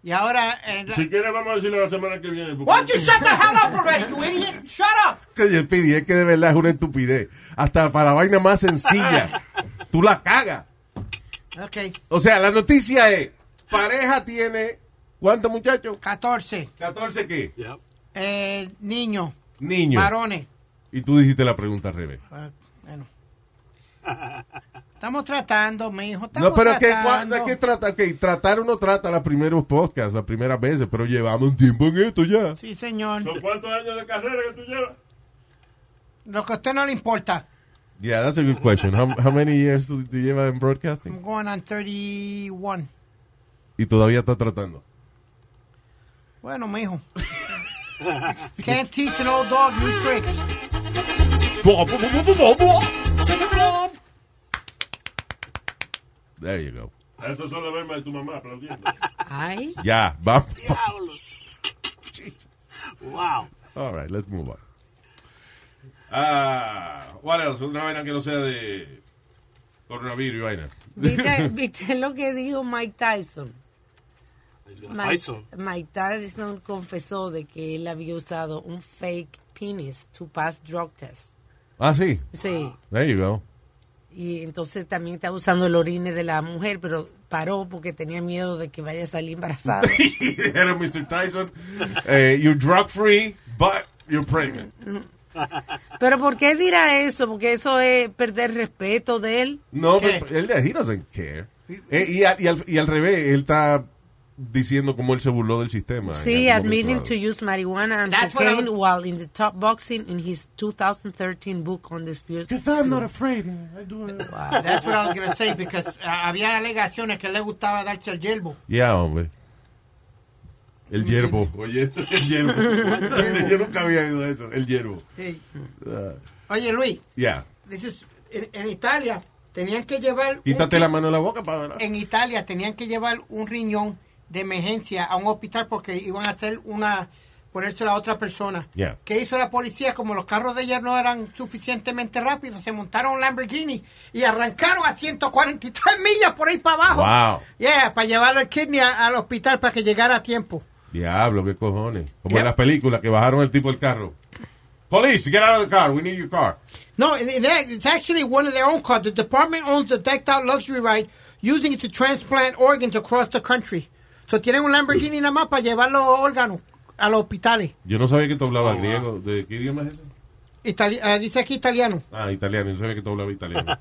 Y ahora... eh, la-
Si quieres, vamos a decirle la semana que viene. porque-
Won't you shut the hell up already, you idiot? Shut up!
Que yo pedí, es que de verdad es una estupidez. Hasta para la vaina más sencilla. tú la cagas.
Ok,
O sea, la noticia es, pareja tiene... ¿Cuántos muchachos?
14.
14 qué?
Yeah.
Eh, niños,
Niños.
varones.
Y tú dijiste la pregunta al revés.
Ah, bueno. Estamos tratando, mi hijo.
No, pero es que,
tratando.
cua- es que trata, ok, tratar uno trata los primeros podcasts, las primeras veces, pero llevamos tiempo en esto ya.
Sí, señor.
¿Son cuántos años de carrera que tú llevas?
Lo que a usted no le importa.
Yeah, that's a good question. How, how many years do, do you lleva en broadcasting?
I'm going on 31.
Y todavía está tratando.
Bueno, mijo. Can't teach an old dog new tricks.
There you go.
Eso son las vermas de tu mamá aplaudiendo.
Ay,
Ya, vamos.
Wow.
All right, let's move on. Ah, what else? Una vaina que no sea de coronavirus y vaina.
¿viste, viste lo que dijo Mike Tyson?
He's gonna fight
Mike,
some.
Mike Tyson confesó de que él había usado un fake penis to pass drug test.
Ah, sí.
Sí.
There you go.
Y entonces también estaba usando el orine de la mujer, pero paró porque tenía miedo de que vaya a salir embarazada.
Hello, Mr. Tyson. Eh, you're drug free, but you're pregnant.
pero ¿por qué dirá eso? Porque eso es perder respeto de él.
No,
¿Qué?
pero él he doesn't care. Eh, y, a- y al, y al revés, él está diciendo cómo él se burló del sistema.
Sí,
en algún
admitting
momento
to
dado.
use marijuana and
That's what I
cocaine
was-
while in the top boxing in his 2013 book on dispute.
'Cause I'm not afraid. I do it.
That's what I was gonna say because uh, había alegaciones que le gustaba darse el yerbo.
Yeah, hombre. El yerbo. Oye, el yerbo. Yo nunca había oído eso. El yerbo.
Sí.
Uh.
Oye, Luis,
Yeah.
this is- en, en Italia tenían que llevar un
Quítate
ki-
la mano de la boca para ver.
en Italia tenían que llevar un riñón de emergencia a un hospital porque iban a hacer una ponérselo a otra persona.
Yeah.
¿Qué hizo la policía? Como los carros de ella no eran suficientemente rápidos, se montaron un Lamborghini y arrancaron a 143 millas por ahí para abajo.
Wow.
Yeah, para llevarlo al kidney a- al hospital para que llegara a tiempo.
Diablo, qué cojones. Como en
Yeah.
las películas que bajaron el tipo del carro. Police, get out of the car. We need your car.
No, it- it- it's actually one of their own cars. The department owns the decked out luxury ride, using it to transplant organs across the country. So tienen un Lamborghini nada más para llevar los órganos a los hospitales.
Yo no sabía que tú hablabas
ah.
griego. ¿De qué idioma es ese?
Itali- ah, dice aquí italiano.
Ah, italiano. Yo sabía que tú hablabas italiano.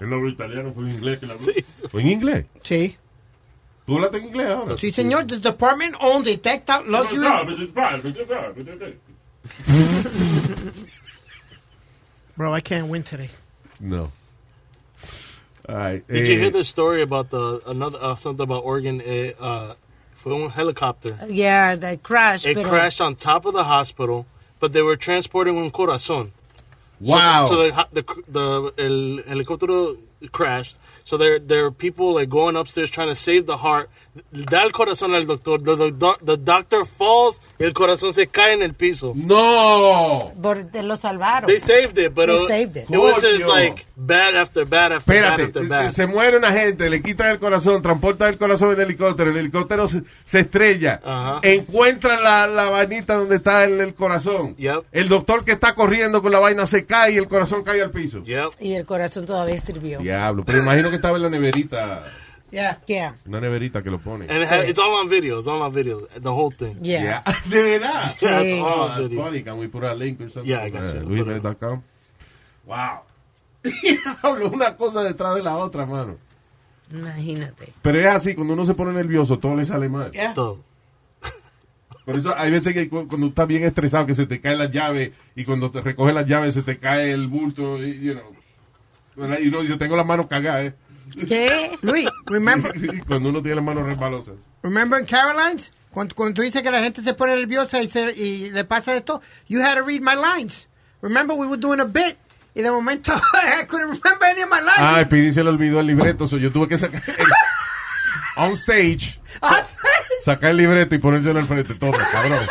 El nombre italiano fue un inglés que la habló.
¿O en inglés?
Sí.
¿Tú hablaste en inglés ahora?
Sí, señor. The department owns a decked out
No,
luxury.
no, but it's bad, but it's bad, but it's bad.
Bro, I can't win today.
No. All right,
Did you
eh,
hear the story about the another uh, something about Oregon? eh, uh, fue un helicopter.
Yeah, that crash.
It
pero-
crashed on top of the hospital, but they were transporting un corazón. So-
Wow.
So, the, ho- the cr- the el helicóptero crashed. So there there are people like going upstairs trying to save the heart. Da el corazón al doctor. The, the, doc- the doctor falls. El corazón se cae en el piso.
No.
Por- te lo salvaron.
They saved it, but
They
uh,
saved it.
was just
Coño.
like bad after bad after bad after
Espérate,
bad.
se muere una gente, le quitan el corazón, transportan el corazón en el helicóptero, el helicóptero se, se estrella,
Ajá.
encuentran la, la vainita donde está el, el corazón.
Yep.
El doctor que está corriendo con la vaina se cae y el corazón cae al piso.
Yep.
Y el corazón todavía sirvió.
Diablo, pero imagino que estaba en la neverita,
Yeah. Yeah.
una neverita que lo pone.
And it ha- it's all on video. It's all on video. The whole thing.
Yeah.
Yeah. De verdad.
Sí.
Yeah, it's all
Oh,
on
that's
video.
funny. Can we put a link or something?
Yeah, I got you.
Uh, LuisMenes.com. Wow. Diablo, una cosa detrás de la otra, mano.
Imagínate.
Pero es así, cuando uno se pone nervioso, todo le sale mal.
Yeah.
Todo.
Por eso hay veces que cu- cuando estás bien estresado, que se te caen las llaves, y cuando te recoges las llaves, se te cae el bulto, y, you know. ¿Verdad? Y uno dice, tengo las manos cagadas, ¿eh?
¿Qué?
Luis, remember,
Y cuando uno tiene las manos resbalosas.
remember in Carolines, cuando, cuando tú dices que la gente se pone nerviosa y, se, y le pasa esto, you had to read my lines. Remember, we were doing a bit. Y de momento, I couldn't remember any of my lines.
Ah, Speedy se le olvidó el libreto, so yo tuve que sacar. on stage, sacar el libreto y ponérselo al frente. Toma, cabrón.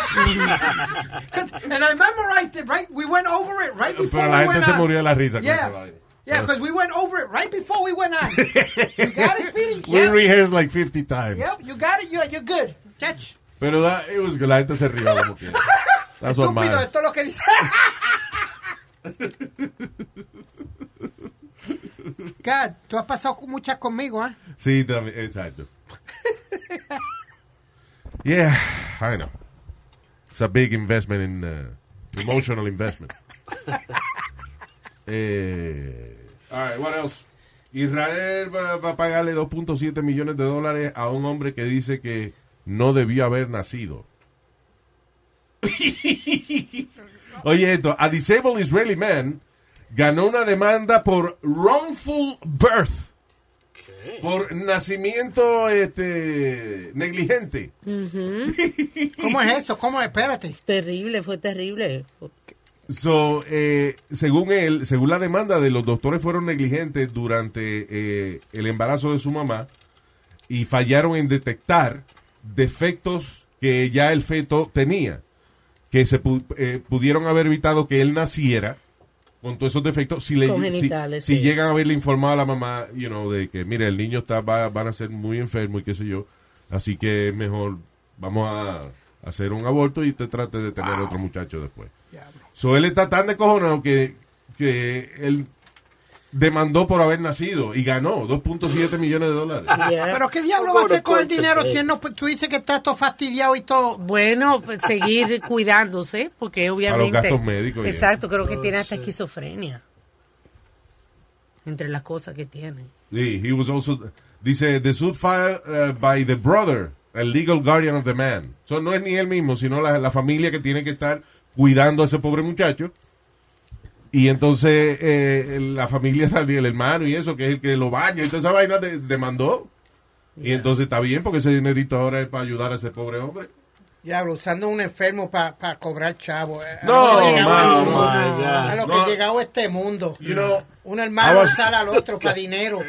and I memorized it, right? We went over it right before
Pero la
we
gente
went
se
on.
murió de la risa con
Yeah.
esa vaina.
Yeah, because we went over it right before we went on. you got it, Speedy?
We
Yep.
rehearsed like 50 times.
Yep, you got it. You're, you're good. Catch.
Pero that, it was good. la gente se rió como quiera. That's what
Estúpido,
matters.
esto es lo que dice. God, tú has pasado con- muchas conmigo, ¿eh?
Sí, también, exacto. yeah, I know. It's a big investment in uh, emotional investment. eh, all right, what else? Israel va, va a pagarle 2.7 millones de dólares a un hombre que dice que no debió haber nacido. Oye, esto, a disabled Israeli man ganó una demanda por wrongful birth por nacimiento este negligente.
¿Cómo es eso? ¿Cómo? Espérate.
Terrible, fue terrible.
So, eh, según él, según la demanda de los doctores fueron negligentes durante eh, el embarazo de su mamá y fallaron en detectar defectos que ya el feto tenía, que se pu- eh, pudieron haber evitado que él naciera con todos esos defectos si le si,
Congenitales,
si
sí.
llegan a haberle informado a la mamá, you know, de que mire, el niño está va, van a ser muy enfermo y qué sé yo, así que es mejor vamos a hacer un aborto y te trate de tener otro muchacho después. So, él está tan descojonado que, que él demandó por haber nacido y ganó 2.7 millones de dólares.
Yeah.
Ah, ¿Pero qué diablo va a hacer con el dinero si él no, tú dices que estás todo fastidiado y todo?
Bueno, pues, seguir cuidándose, porque obviamente.
gastos médicos, Oh, ya.
Exacto, creo que tiene hasta esquizofrenia. Entre las cosas que tiene.
Sí, he was also, dice, the suit filed uh, by the brother, el legal guardian of the man. So, no es ni él mismo, sino la, la familia que tiene que estar cuidando a ese pobre muchacho. Y entonces eh, la familia también, el hermano y eso, que es el que lo baña y toda esa vaina, de- demandó. Y entonces está bien, porque ese dinerito ahora es para ayudar a ese pobre hombre.
Diablo, usando un enfermo para cobrar chavo. eh.
No,
A lo que
mano,
llegamos-
my God.
A lo que
No.
ha llegado este mundo.
You know,
un
I
hermano
was-
sale al otro para dinero.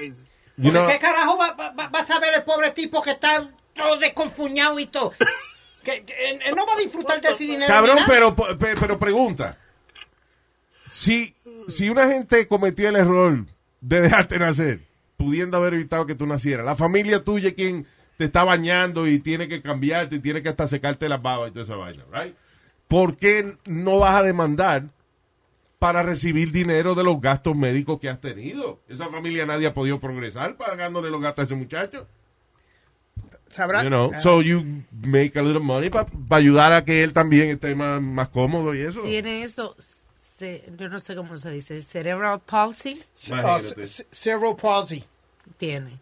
You know,
¿De qué carajo va, va- va- va a saber el pobre tipo que está todo desconfuñado y todo? que, que- él, él no va a disfrutar de ese dinero.
Cabrón,
ni nada.
pero, pe- pero pregunta. Si, si una gente cometió el error de dejarte nacer, pudiendo haber evitado que tú nacieras, la familia tuya es quien te está bañando y tiene que cambiarte y tiene que hasta secarte las babas y toda esa vaina, right? ¿Por qué no vas a demandar para recibir dinero de los gastos médicos que has tenido? Esa familia nadie ha podido progresar pagándole los gastos a ese muchacho.
¿Sabrá? Ah,
You know, so you make a little money para ayudar a que él también esté más, más cómodo y eso.
Tiene eso, ce- yo no sé cómo se dice, cerebral palsy,
Ah, c- c- cerebral palsy.
tiene.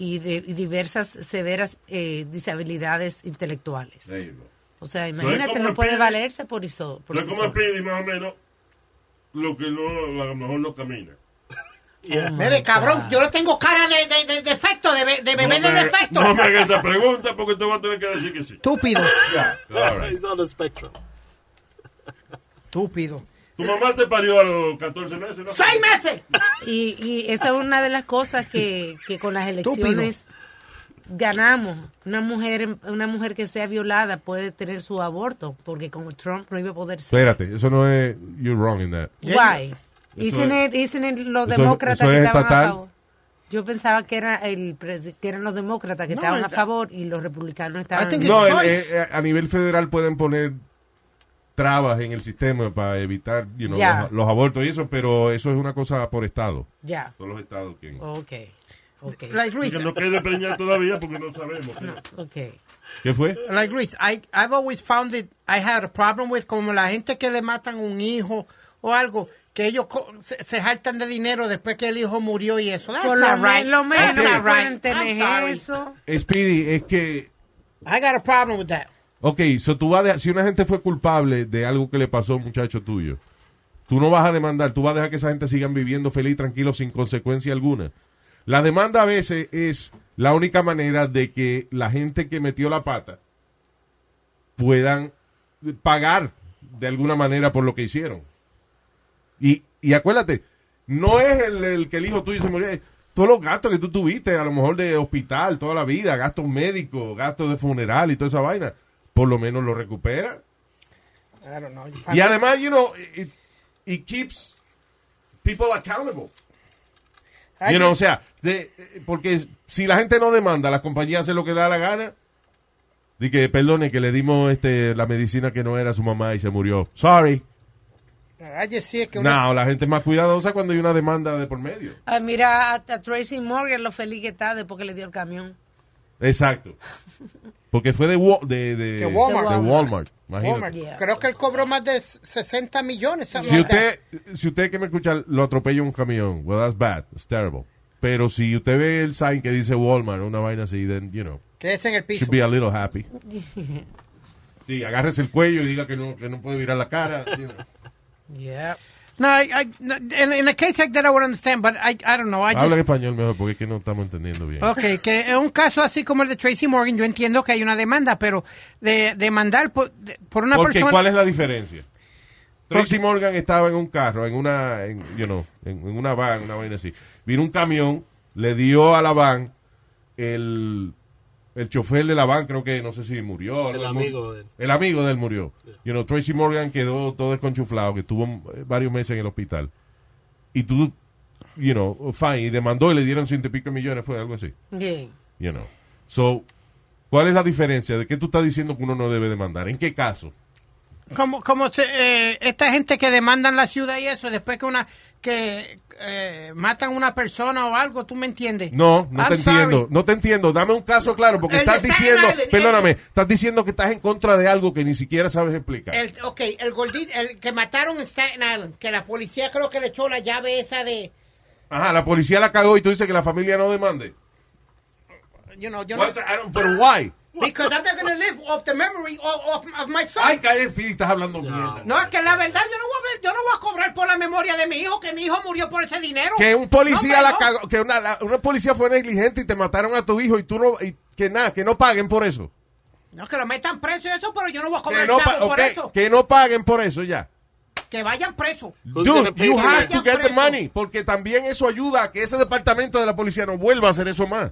Y, de, y diversas severas eh, disabilidades intelectuales.
There you go.
O sea,
es
imagínate,
como
no puede
el-
valerse por eso. Por
No es
sí
como
solo.
Speedy, más o menos, lo que no, a lo mejor no camina.
Oh
Yeah.
Mire, cabrón, yo no tengo cara de, de, de defecto, de, be- de bebé
no
de
me-
defecto.
No me hagas esa pregunta porque te voy a tener que decir que sí.
Estúpido.
He's on the spectrum.
Estúpido.
Tu mamá te parió a los 14 meses, ¿no?
¡Seis meses!
Y, y esa es una de las cosas que, que con las elecciones ganamos. Una mujer, una mujer que sea violada puede tener su aborto, porque con Trump no iba a poder ser.
Espérate, eso no es. You're wrong in that.
Why?
Eso
Dicen
es-
it- dicen it los
eso es-
demócratas
eso
que
es
estaban
estatal.
a favor. Yo pensaba que, era el, pres- que eran los demócratas que
No,
estaban a
it-
favor y los republicanos estaban.
No, el- eh, eh, a nivel federal pueden poner trabas en el sistema para evitar you know,
Ya.
los, los abortos y eso, pero eso es una cosa por estado.
Ya.
Son los estados quienes.
Ok. Ok.
Like Luis.
Que no quede preñada todavía porque no sabemos.
Ok.
¿Qué fue?
Like Luis, I, I've always found it, I had a problem with como la gente que le matan un hijo o algo, que ellos co- se, se jaltan de dinero después que el hijo murió y eso. That's
Por lo,
not right.
men- lo menos
That's not
pueden
right.
tener
I'm sorry.
eso.
Eh, Speedy, es que.
I got a problem with that.
Ok, so tú vas de- si una gente fue culpable de algo que le pasó a un muchacho tuyo, tú no vas a demandar, tú vas a dejar que esa gente sigan viviendo feliz, tranquilo, sin consecuencia alguna. La demanda a veces es la única manera de que la gente que metió la pata puedan pagar de alguna manera por lo que hicieron. Y, y acuérdate, no es el, el que el hijo tuyo se murió. es Todos los gastos que tú tuviste, a lo mejor de hospital toda la vida, gastos médicos, gastos de funeral y toda esa vaina, por lo menos lo recupera.
I don't know.
Y además, you know, it, it keeps people accountable.
I
You know,
did-
o sea, de- eh, porque si la gente no demanda, las compañías hacen lo que le da la gana. Di que, perdone, que le dimos este, la medicina que no era a su mamá y se murió. Sorry.
I just see it que una-
No, la gente es más cuidadosa cuando hay una demanda de por medio.
Ah, mira a, a Tracy Morgan lo feliz que está después que le dio el camión.
Exacto. Porque fue de, Wa- de, de-
De Walmart.
de Walmart, imagínate.
Walmart.
Yeah.
Creo que él cobró más de 60 millones. something
Si
like that.
usted, si usted que me escucha lo atropella un camión, well, that's bad, it's terrible. Pero si usted ve el sign que dice Walmart, una vaina así, then, you know,
Quédese en el piso.
should be a little happy. Sí, agárrese el cuello y diga que no, que no puede virar la cara. you know.
Yeah.
No, I, I, no, in, in a case like that I would understand, but I, I don't know. I
Habla en
just,
español mejor porque es que no estamos entendiendo bien.
ok, que en un caso así como el de Tracy Morgan, yo entiendo que hay una demanda, pero de demandar por, de- por una
Porque,
persona...
¿cuál es la diferencia? Tracy Morgan estaba en un carro, en una, en, you know, en, en una van, una vaina así. Vino un camión, le dio a la van, el, el chofer de la van creo que, no sé si murió.
El
¿no?
amigo de él.
El amigo del murió. You know, Tracy Morgan quedó todo desconchuflado, que estuvo eh, varios meses en el hospital. Y tú, you know, fine, y demandó y le dieron ciento y pico millones, fue algo así.
Yeah.
You know. So, ¿cuál es la diferencia? ¿De qué tú estás diciendo que uno no debe demandar? ¿En qué caso?
Como, como se- eh, esta gente que demandan la ciudad y eso, después que una que eh, matan una persona o algo, ¿tú me entiendes?
No, no
I'm
te entiendo,
sorry.
no te entiendo. Dame un caso claro, porque
El de
estás
Staten
diciendo,
Island,
perdóname, estás diciendo que estás en contra de algo que ni siquiera sabes explicar.
El, ok, el gordito, el que mataron en Staten Island, que la policía creo que le echó la llave esa de...
Ajá, la policía la cagó y tú dices que la familia no demande.
You know, yo no-
What? I don't- Pero why?
because I'm not going to live off the memory of, of, of my son.
Ay, cae el pidi, estás hablando mierda.
No, es que la verdad yo no voy a, ver- yo no voy a cobrar por la memoria de mi hijo, que mi hijo murió por ese dinero.
Que un policía
No,
la
pero no.
cagó, que una, la- una policía fue negligente y te mataron a tu hijo y tú no, y que nada, que no paguen por eso.
No, que lo metan preso y eso, pero yo no voy a
Que
cobrar
no,
chavo
pa-
por
ok,
eso.
que no paguen por eso ya.
Que vayan preso.
Who's
Dude,
gonna pay
you
for
have
it?
to get the
Preso.
money, porque también eso ayuda a que ese departamento de la policía no vuelva a hacer eso más.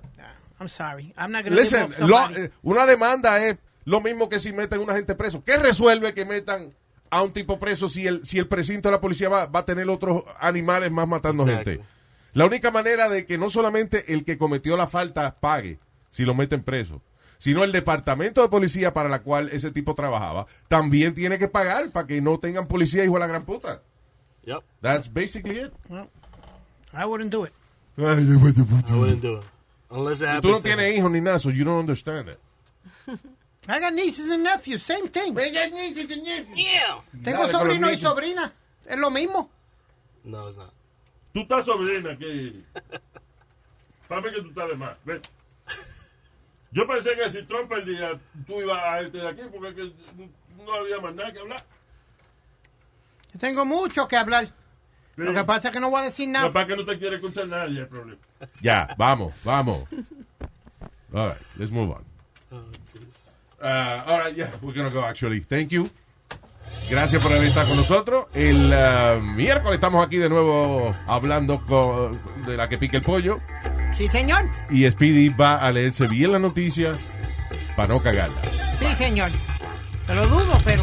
I'm sorry. I'm not gonna
Listen,
live off
lo-
somebody.
eh, una demanda es lo mismo que si meten a una gente preso. ¿Qué resuelve que metan a un tipo preso si el, si el precinto de la policía va, va a tener otros animales más matando
Exacto.
gente? La única manera de que no solamente el que cometió la falta pague si lo meten preso, sino el departamento de policía para la cual ese tipo trabajaba también tiene que pagar para que no tengan policía hijo de la gran puta.
Yep.
That's basically it.
I wouldn't do it.
I wouldn't do it. Unless it happens.
Tú no
to me.
tienes hijos ni nada, so you don't understand it.
I got nieces and nephews, same thing. Tengo
Dale con
sobrino
los
y
nieces.
sobrina. Es lo mismo.
No, it's not.
Tú estás sobrina que... Papi que tú estás de más. Ven. Yo pensé que si Trump perdía, tú ibas a irte de aquí porque es que no había más nada que hablar.
Tengo mucho que hablar. Lo que pasa es que no voy a decir nada.
Papá que no te quiere escuchar nadie, el problema.
Ya, vamos, vamos. All right, let's move on.
Oh,
Uh, all right, yeah, we're gonna go actually. Thank you. Gracias por haber estado con nosotros. El uh, miércoles estamos aquí de nuevo hablando con, de la que pica el pollo.
Sí, señor.
Y Speedy va a leerse bien las noticias para no cagarla.
Sí, señor. Te lo dudo, pero.